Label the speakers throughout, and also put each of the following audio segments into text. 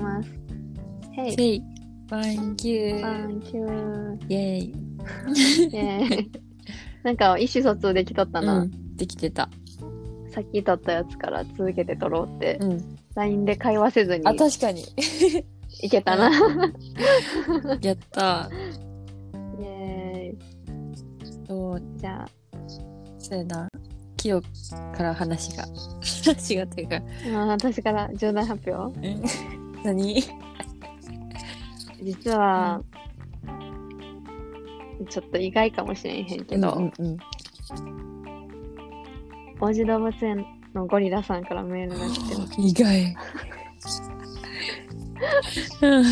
Speaker 1: ます。Hey,
Speaker 2: Hey, thank you.
Speaker 1: thank you.
Speaker 2: イェイ。
Speaker 1: Yeah. なんか意思疎通できとったな、
Speaker 2: うん、できてた。
Speaker 1: さっき撮ったやつから続けて撮ろうって、
Speaker 2: うん。
Speaker 1: LINE で会話せずに
Speaker 2: あ、確かに。
Speaker 1: いけたな。
Speaker 2: やった。
Speaker 1: イエーイ
Speaker 2: そう、
Speaker 1: じゃあ、
Speaker 2: そうやな。キヨから話が。話がっていうか。
Speaker 1: まあ私から重大発表。
Speaker 2: 何
Speaker 1: 実は、ちょっと意外かもしれんへんけど、
Speaker 2: うんうんうん。
Speaker 1: 王子動物園のゴリラさんからメールが来てます。
Speaker 2: 意 外。うん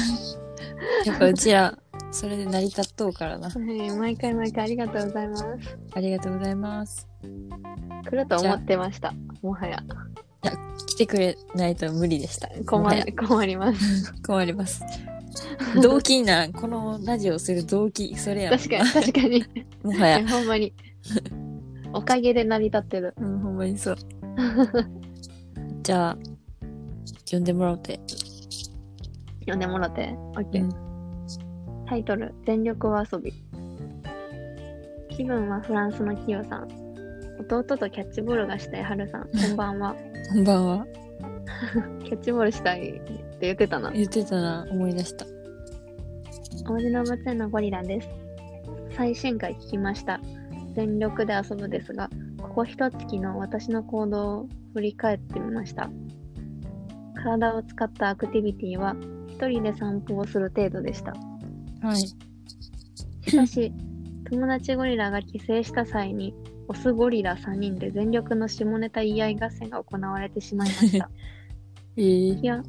Speaker 2: やっぱうちら、それで成り立っとうからな。
Speaker 1: はい毎回毎回ありがとうございます。
Speaker 2: ありがとうございます。
Speaker 1: 来ると思ってました。もはや。
Speaker 2: 来てくれないと無理でした。
Speaker 1: 困
Speaker 2: もはや
Speaker 1: り困ります。
Speaker 2: 困ります。動機な、このラジオする動機、それやんな
Speaker 1: 確かに、確か に。
Speaker 2: もはや。
Speaker 1: ほんま に。おかげで成り立ってる。
Speaker 2: うん、ほんまにそう。 じゃあ、呼んでもらおうて。
Speaker 1: 読んでもらって。オッケー
Speaker 2: う
Speaker 1: タイトル、全力お遊び。気分はフランスのキヨさん。弟とキャッチボールがしたいハルさん。こんばん は。
Speaker 2: こんばんは。
Speaker 1: キャッチボールしたいって言ってたな。
Speaker 2: 言ってたな、思い出した。
Speaker 1: 王子動物園のゴリラです。最新回聞きました。全力で遊ぶですが、ここ一月の私の行動を振り返ってみました。体を使ったアクティビティは、一人で散歩をする程度でした。
Speaker 2: はい。
Speaker 1: しかし、 友達ゴリラが帰省した際に、オスゴリラ3人で全力の下ネタ言い合い合戦が行われてしまいました。
Speaker 2: えー
Speaker 1: い、や、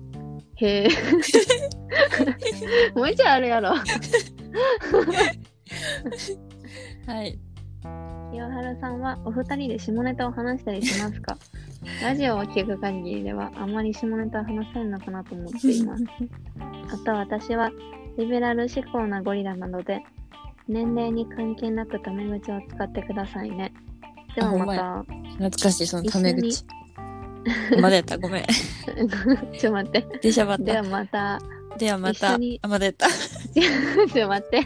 Speaker 1: へえ。 もう一度あるやろ。
Speaker 2: はい。
Speaker 1: 岩原さんはお二人で下ネタを話したりします かラジオを聞く限りではあまり下ネタを話せんのかなと思っています。あと私はリベラル志向なゴリラなので年齢に関係なくタメ口を使ってくださいね。で
Speaker 2: あ
Speaker 1: は
Speaker 2: ほんま
Speaker 1: ま
Speaker 2: 懐かしい、そのタメ口。まだやった、ごめん。
Speaker 1: た。 ちょっと待って。
Speaker 2: でしゃばっ
Speaker 1: では
Speaker 2: た。
Speaker 1: ま た。
Speaker 2: ではま
Speaker 1: 一
Speaker 2: た
Speaker 1: 緒に。
Speaker 2: あ、まだやった。
Speaker 1: ちょっと待 って。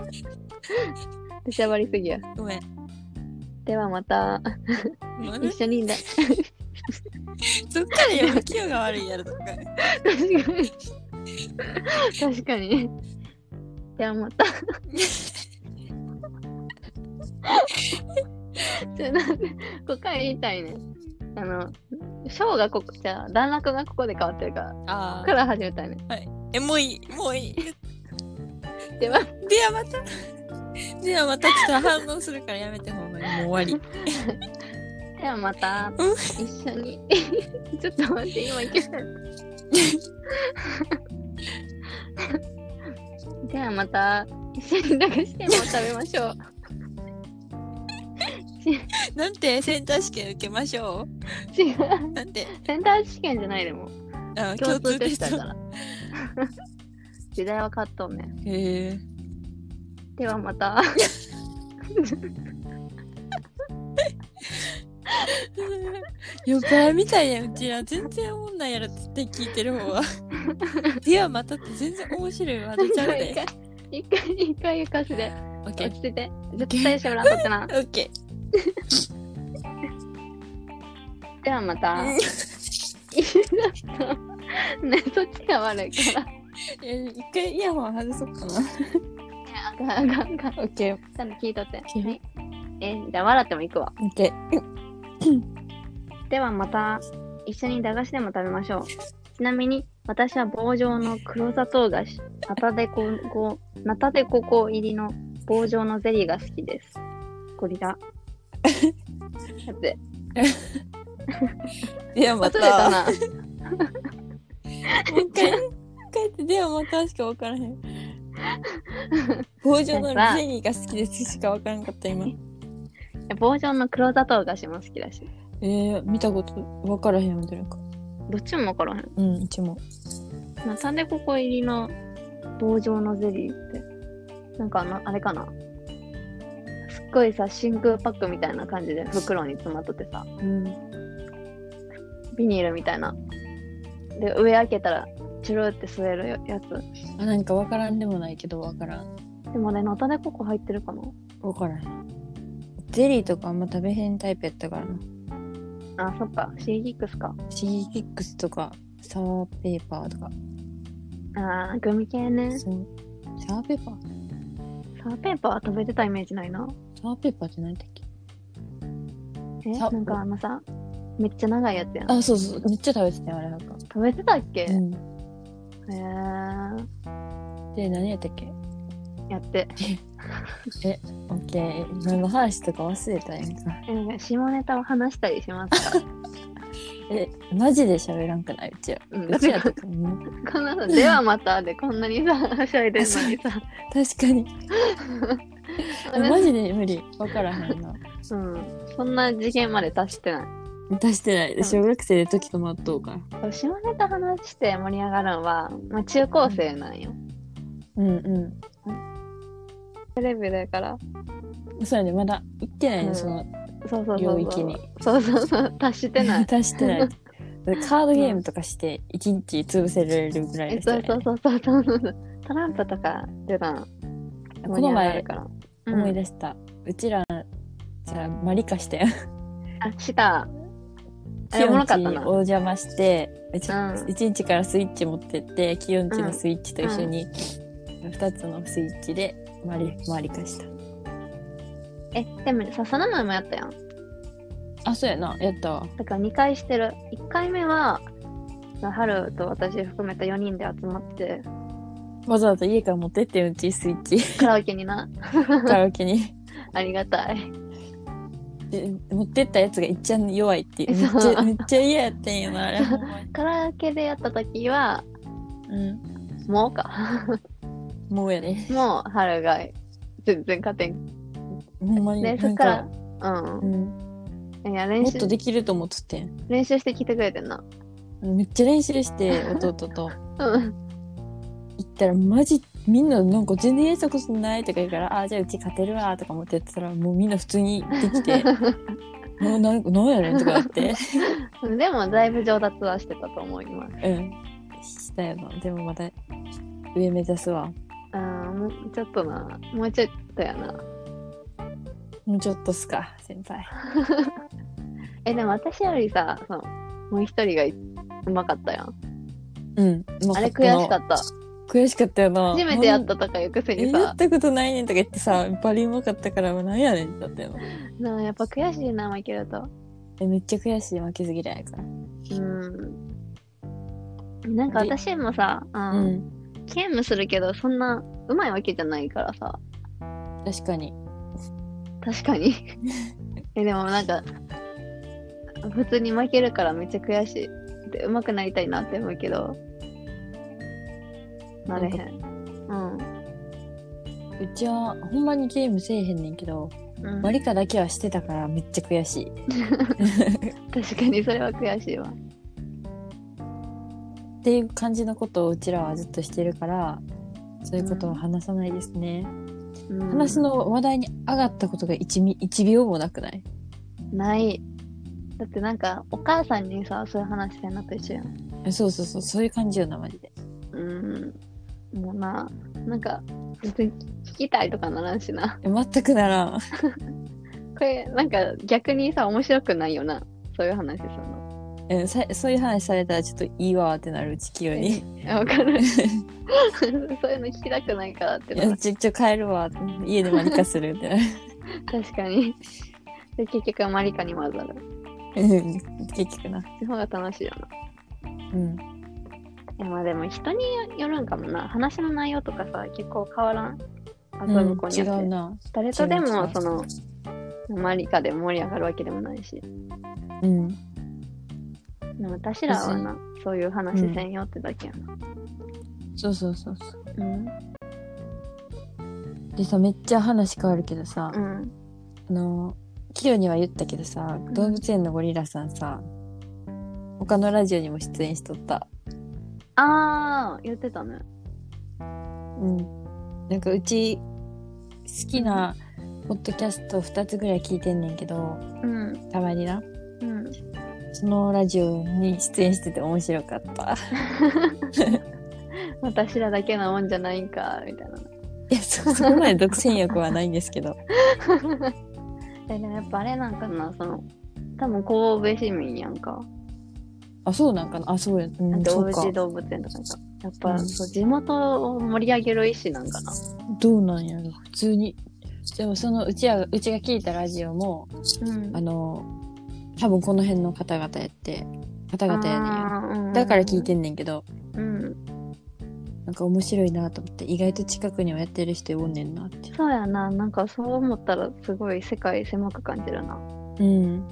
Speaker 1: 出しゃばりすぎや。
Speaker 2: ごめん。
Speaker 1: ではま た。一緒にだ。
Speaker 2: そっから よ、キヨが悪いやるとか。
Speaker 1: 確かに。確かに。ではまた。ちょなんでここから言いたいね。あの、章がここ、じゃあ段落がここで変わってるから、こ
Speaker 2: あ
Speaker 1: こか
Speaker 2: あ。
Speaker 1: ら始めたいね。
Speaker 2: え、もういい、もういい。
Speaker 1: では、
Speaker 2: ではまた。ではまた来たら反応するからやめてほんまにもう終わり。
Speaker 1: ではまた
Speaker 2: うん、
Speaker 1: 一緒に。 ちょっと待って、今いけない。 ではまた、一緒にだけしても食べましょう。
Speaker 2: なんてセンター試験受けましょ
Speaker 1: 違う。
Speaker 2: う。なんて
Speaker 1: センター試験じゃないでも。
Speaker 2: あ
Speaker 1: 共通テスト
Speaker 2: へ
Speaker 1: やから。 時代は勝っとんねん。
Speaker 2: え。
Speaker 1: ではまた。
Speaker 2: 酔っ払いみたいやんうちら全然おもんないやろって聞いてる方 は。ではまたって全然面白いワードちゃ う
Speaker 1: 一
Speaker 2: で
Speaker 1: 回。、 一回、一回浮かしで。
Speaker 2: オッケ
Speaker 1: 落
Speaker 2: ー。
Speaker 1: ち着いて。絶対しゃべらんとってな
Speaker 2: オ。ッケ
Speaker 1: ではまた。
Speaker 2: うん
Speaker 1: ね、 そっちが悪いから。
Speaker 2: ー。 いや一回イヤホン外そうかな。
Speaker 1: あかんあかんあかん。
Speaker 2: オッケー。
Speaker 1: ちゃんと聞いとって。
Speaker 2: OK
Speaker 1: はい。え、じゃあ笑っても行くわ。
Speaker 2: オッケー。
Speaker 1: ではまた一緒に駄菓子でも食べましょう。ちなみに私は棒状の黒砂糖菓子、ナタデココ、ナタデココ入りの棒状のゼリーが好きです。ゴリ ラ。だって、
Speaker 2: ではま
Speaker 1: 忘
Speaker 2: た。
Speaker 1: れたな。
Speaker 2: もう一回、もう一回って、ではまたしか分からへん。棒状のゼリーが好きですしか分からんかった今。
Speaker 1: 棒状の黒砂糖菓子も好きだし、
Speaker 2: えー、見たこと分からへんみたいなか。
Speaker 1: どっちもわからへん。
Speaker 2: うん、うちも。
Speaker 1: ナタデココ入りの棒状のゼリーって、なんかあの、あれかな。すっごいさ、真空パックみたいな感じで袋に詰まっとってさ。
Speaker 2: うん。
Speaker 1: ビニールみたいな。で、上開けたら、チュルって吸えるやつ
Speaker 2: あなんかわからんでもないけどわからん
Speaker 1: でもねナタデココ入ってるかな
Speaker 2: わからんゼリーとかあんま食べへんタイプやったからな
Speaker 1: あそっかシーギックスか
Speaker 2: シーキックスとかサワーペーパーとか
Speaker 1: あーグミ系ね
Speaker 2: そうサワーペーパー
Speaker 1: サーペーパーは食べてたイメージないな
Speaker 2: サワーペーパーって何だっけ
Speaker 1: え
Speaker 2: サ
Speaker 1: なんかあのさめっちゃ長いやつやん
Speaker 2: あそうそうめっちゃ食べてたよあれなんか、
Speaker 1: 食べてたっけ、へ
Speaker 2: ん、
Speaker 1: え
Speaker 2: で何やったっけ
Speaker 1: やって
Speaker 2: オッケー何の話とか忘れたやんか
Speaker 1: えなんか下ネタを話したりしますか
Speaker 2: えマジで喋らんくな いうちら
Speaker 1: うん
Speaker 2: うちらとかも
Speaker 1: こんなの「ではまた」でこんなにさ はしゃいでんのにさ
Speaker 2: 確か にマジで無理わからへんな
Speaker 1: うん、そんな次元まで達してない
Speaker 2: 出してない小学生の時とまっとうから
Speaker 1: そう下ネタ話して盛り上がるのは、まあ、中高生なんよ
Speaker 2: うんう
Speaker 1: テレビだから
Speaker 2: んそうやねまだ行ってないね、
Speaker 1: うん
Speaker 2: その
Speaker 1: そうそうそうそう
Speaker 2: 領域に
Speaker 1: そうそうそう達してない
Speaker 2: 出してない カードゲームとかして一日潰せられるぐらい
Speaker 1: え
Speaker 2: でした
Speaker 1: そ
Speaker 2: よ
Speaker 1: う
Speaker 2: ね
Speaker 1: そうそうそうそうそうトランプとか出たの
Speaker 2: この前
Speaker 1: から、うん
Speaker 2: 思い出した、うちらじゃあマリカしたよ
Speaker 1: あした あれおもろかった
Speaker 2: キヨンチ
Speaker 1: な
Speaker 2: お邪魔してうち
Speaker 1: うん
Speaker 2: 一日からスイッチ持ってってキヨンチのスイッチと一緒に2つのスイッチでマリマリカした
Speaker 1: えでもさその前もやったやん
Speaker 2: あそうやなやったわ
Speaker 1: だから2回してる1回目は春と私含めた4人で集まって
Speaker 2: わざわざ家から持ってってうんちスイッチ
Speaker 1: カラオケにな
Speaker 2: カラオケに
Speaker 1: ありがたい
Speaker 2: で持ってったやつがいっちゃん弱いっていうめっ
Speaker 1: そ
Speaker 2: ちゃ
Speaker 1: う
Speaker 2: めっちゃ嫌やってんよなあれほんまに
Speaker 1: カラオケでやった時は
Speaker 2: うん
Speaker 1: もうか
Speaker 2: もうやね
Speaker 1: もう春が全然勝てん
Speaker 2: ほんまに
Speaker 1: で
Speaker 2: な
Speaker 1: そっ
Speaker 2: ん
Speaker 1: か
Speaker 2: から
Speaker 1: う
Speaker 2: うんん
Speaker 1: いや練
Speaker 2: もっ
Speaker 1: 習
Speaker 2: とできると思っとってん
Speaker 1: 練習してきてくれてんな
Speaker 2: めっちゃ練習 して弟と
Speaker 1: うん
Speaker 2: 行ったらマジみんななんか全然やったことないとか言うからあーじゃあうち勝てるわとか思ってやってたらもうみんな普通にで きてななんなんやねんとか言って
Speaker 1: でもだいぶ上達はしてたと思います
Speaker 2: うんしたよなでもまた上目指すわ
Speaker 1: うんもうちょっとなもうちょっとやな
Speaker 2: もうちょっとっすか先輩
Speaker 1: えでも私よりさそのもう一人がいうまかったやん
Speaker 2: うんま
Speaker 1: あれ悔しか
Speaker 2: っ
Speaker 1: った
Speaker 2: た悔しかったよな
Speaker 1: 初めてやっ
Speaker 2: なん
Speaker 1: たとかいうくせ
Speaker 2: え
Speaker 1: に
Speaker 2: や
Speaker 1: さ
Speaker 2: ったことないねんとか言ってさバリうまかったからなんやねんってなったよな
Speaker 1: なあやっぱ悔しいな負けると
Speaker 2: えめっちゃ悔しい負けず嫌いやから
Speaker 1: うんなんか
Speaker 2: で
Speaker 1: 私もさ、うん
Speaker 2: うん
Speaker 1: 兼務するけどそんなうまいわけじゃないからさ
Speaker 2: 確かに
Speaker 1: 確かにえでもなんか普通に負けるからめっちゃ悔しいでうまくなりたいなって思うけどなれへんうん、
Speaker 2: うちはほんまにゲームせえへんねんけど
Speaker 1: うん、
Speaker 2: マリカだけはしてたからめっちゃ悔しい。
Speaker 1: 確かにそれは悔しいわ
Speaker 2: っていう感じのことをうちらはずっとしてるから、そういうことは話さないですね。
Speaker 1: うん
Speaker 2: 話の話題に上がったことが 1, み1秒もなくない
Speaker 1: ないだってなんかお母さんにさそういう話してんのと一緒やん
Speaker 2: えそうそうそう、そういう感じよな、マジで。
Speaker 1: うんもうななんか別に聞きたいとかならんしな
Speaker 2: え全くならん。
Speaker 1: これなんか逆にさ面白くないよなそういう話するの
Speaker 2: うんさそういう話されたらちょっといいわーってなるうちきよに。
Speaker 1: えわか るそういうの聞きたくないからって
Speaker 2: い
Speaker 1: な
Speaker 2: や ちょ、ちょ、帰るわーって。家でマリカするってなる。
Speaker 1: 確かにで結局マリカに混ざる
Speaker 2: うん 結局な。
Speaker 1: その方が楽しいよな
Speaker 2: うん。
Speaker 1: いやまあでも人によるんかもな話の内容とかさ結構変わらんあそう向
Speaker 2: ん
Speaker 1: こうに
Speaker 2: 違
Speaker 1: やって、
Speaker 2: うな。
Speaker 1: 誰とで
Speaker 2: 違う違
Speaker 1: も
Speaker 2: う
Speaker 1: そのマリカで盛り上がるわけでもないし
Speaker 2: うん。
Speaker 1: でも私らはなそういう話せんよってだけやな
Speaker 2: そうそうそうそう。
Speaker 1: うん
Speaker 2: でさ、めっちゃ話変わるけどさ、
Speaker 1: うん
Speaker 2: あのキヨには言ったけどさ
Speaker 1: ん
Speaker 2: 動物園のゴリラさんさ、他のラジオにも出演しとった、
Speaker 1: ああ言ってたね
Speaker 2: うん、なんかうち好きなポッドキャスト2つぐらい聞いてんねんけど
Speaker 1: うん
Speaker 2: たまにな
Speaker 1: うん
Speaker 2: そのラジオに出演してて面白かった
Speaker 1: 私らだけなもんじゃないんかみたいな
Speaker 2: いやそそこまで独占欲はないんですけど
Speaker 1: えでもやっぱあれなんかなその多分神戸市民やんか
Speaker 2: あそうなんかなあそうや、う
Speaker 1: だっ
Speaker 2: ん、
Speaker 1: て
Speaker 2: そ
Speaker 1: 大
Speaker 2: うか
Speaker 1: 内動物園とかさやっぱ、
Speaker 2: うん
Speaker 1: そう地元を盛り上げる意思なんかな
Speaker 2: どうなんやろ普通にでもそのうちやうちが聞いたラジオも
Speaker 1: うん
Speaker 2: あの多分この辺の方々やって方々やねんよ
Speaker 1: ね
Speaker 2: だから聞いてんねんけど
Speaker 1: うん
Speaker 2: なんか面白いなと思って意外と近くにはやってる人おんねんなって
Speaker 1: そうやななんかそう思ったらすごい世界狭く感じるな
Speaker 2: うん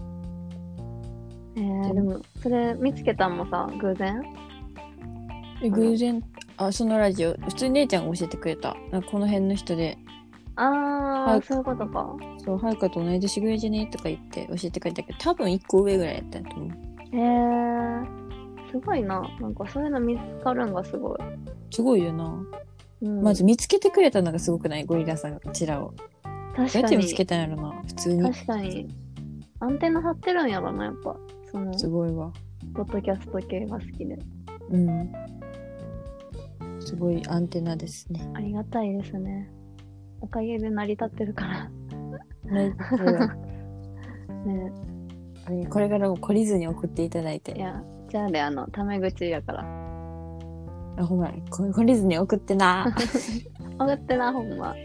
Speaker 1: えー、でもそれ見つけたんもさ偶然
Speaker 2: で偶然あそのラジオ普通に姉ちゃんが教えてくれたなんかこの辺の人で
Speaker 1: ああ
Speaker 2: あ
Speaker 1: そういうことか
Speaker 2: 「そうはるかと同い年ぐらいじゃね?」とか言って教えてくれたけど多分1個上ぐらいやったと思う
Speaker 1: えー、すごいななんかそういうの見つかるんがすごい、
Speaker 2: すごいよな、
Speaker 1: うん、
Speaker 2: まず見つけてくれたのがすごくないゴリラさんがこちらを
Speaker 1: 確
Speaker 2: どうや
Speaker 1: か
Speaker 2: って
Speaker 1: に
Speaker 2: 見つけたんやろな普通に
Speaker 1: 確かにアンテナ張ってるんやろなやっぱその
Speaker 2: すごいわ
Speaker 1: ポッドキャスト系が好きで
Speaker 2: うんすごいアンテナですね
Speaker 1: ありがたいですねおかげで成り立ってるから
Speaker 2: ね
Speaker 1: ね
Speaker 2: これからも懲りずに送っていただいて
Speaker 1: いやじゃあであのタメ口やから
Speaker 2: あほんまやこ懲りずに送ってな
Speaker 1: 上がってなほんま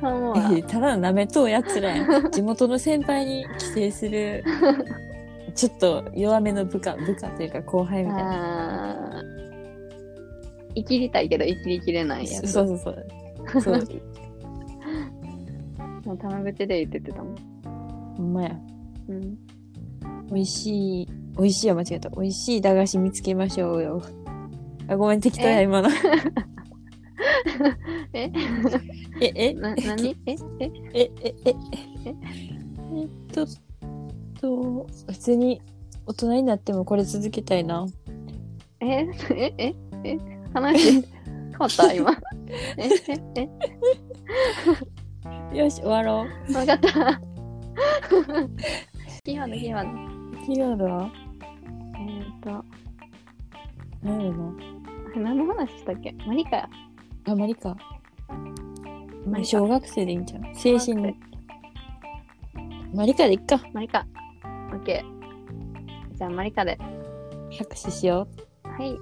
Speaker 1: そう思う わ
Speaker 2: ただの舐めとうやつらやん地元の先輩に帰省するちょっと弱めの部下部下というか後輩みたいな
Speaker 1: あー生きりたいけど生きりきれないやつ
Speaker 2: そうそうそうそう
Speaker 1: もうタメ口で言っててたもん、
Speaker 2: ほんまや
Speaker 1: うん、
Speaker 2: 美味しい美味しいは間違えた美味しい駄菓子見つけましょうよあごめん適当や
Speaker 1: え
Speaker 2: 今の
Speaker 1: え
Speaker 2: ええ
Speaker 1: な何ええ
Speaker 2: え、え、え、え、えっと、と、普通に大人になってもこれ続けたいな。
Speaker 1: え えええ話変わ った今えええ
Speaker 2: よし、終わろう。
Speaker 1: 分かった キーワードキーワード
Speaker 2: キーワードは
Speaker 1: えー、っと
Speaker 2: 何やろな
Speaker 1: あ何の話したっけマリカや
Speaker 2: あまりか。
Speaker 1: マリカ
Speaker 2: 小学生でいいんちゃう精
Speaker 1: 小
Speaker 2: 神
Speaker 1: 学。
Speaker 2: マリカでいっか。
Speaker 1: マリカオッケーじゃあマリカで
Speaker 2: 拍手しよう。
Speaker 1: はい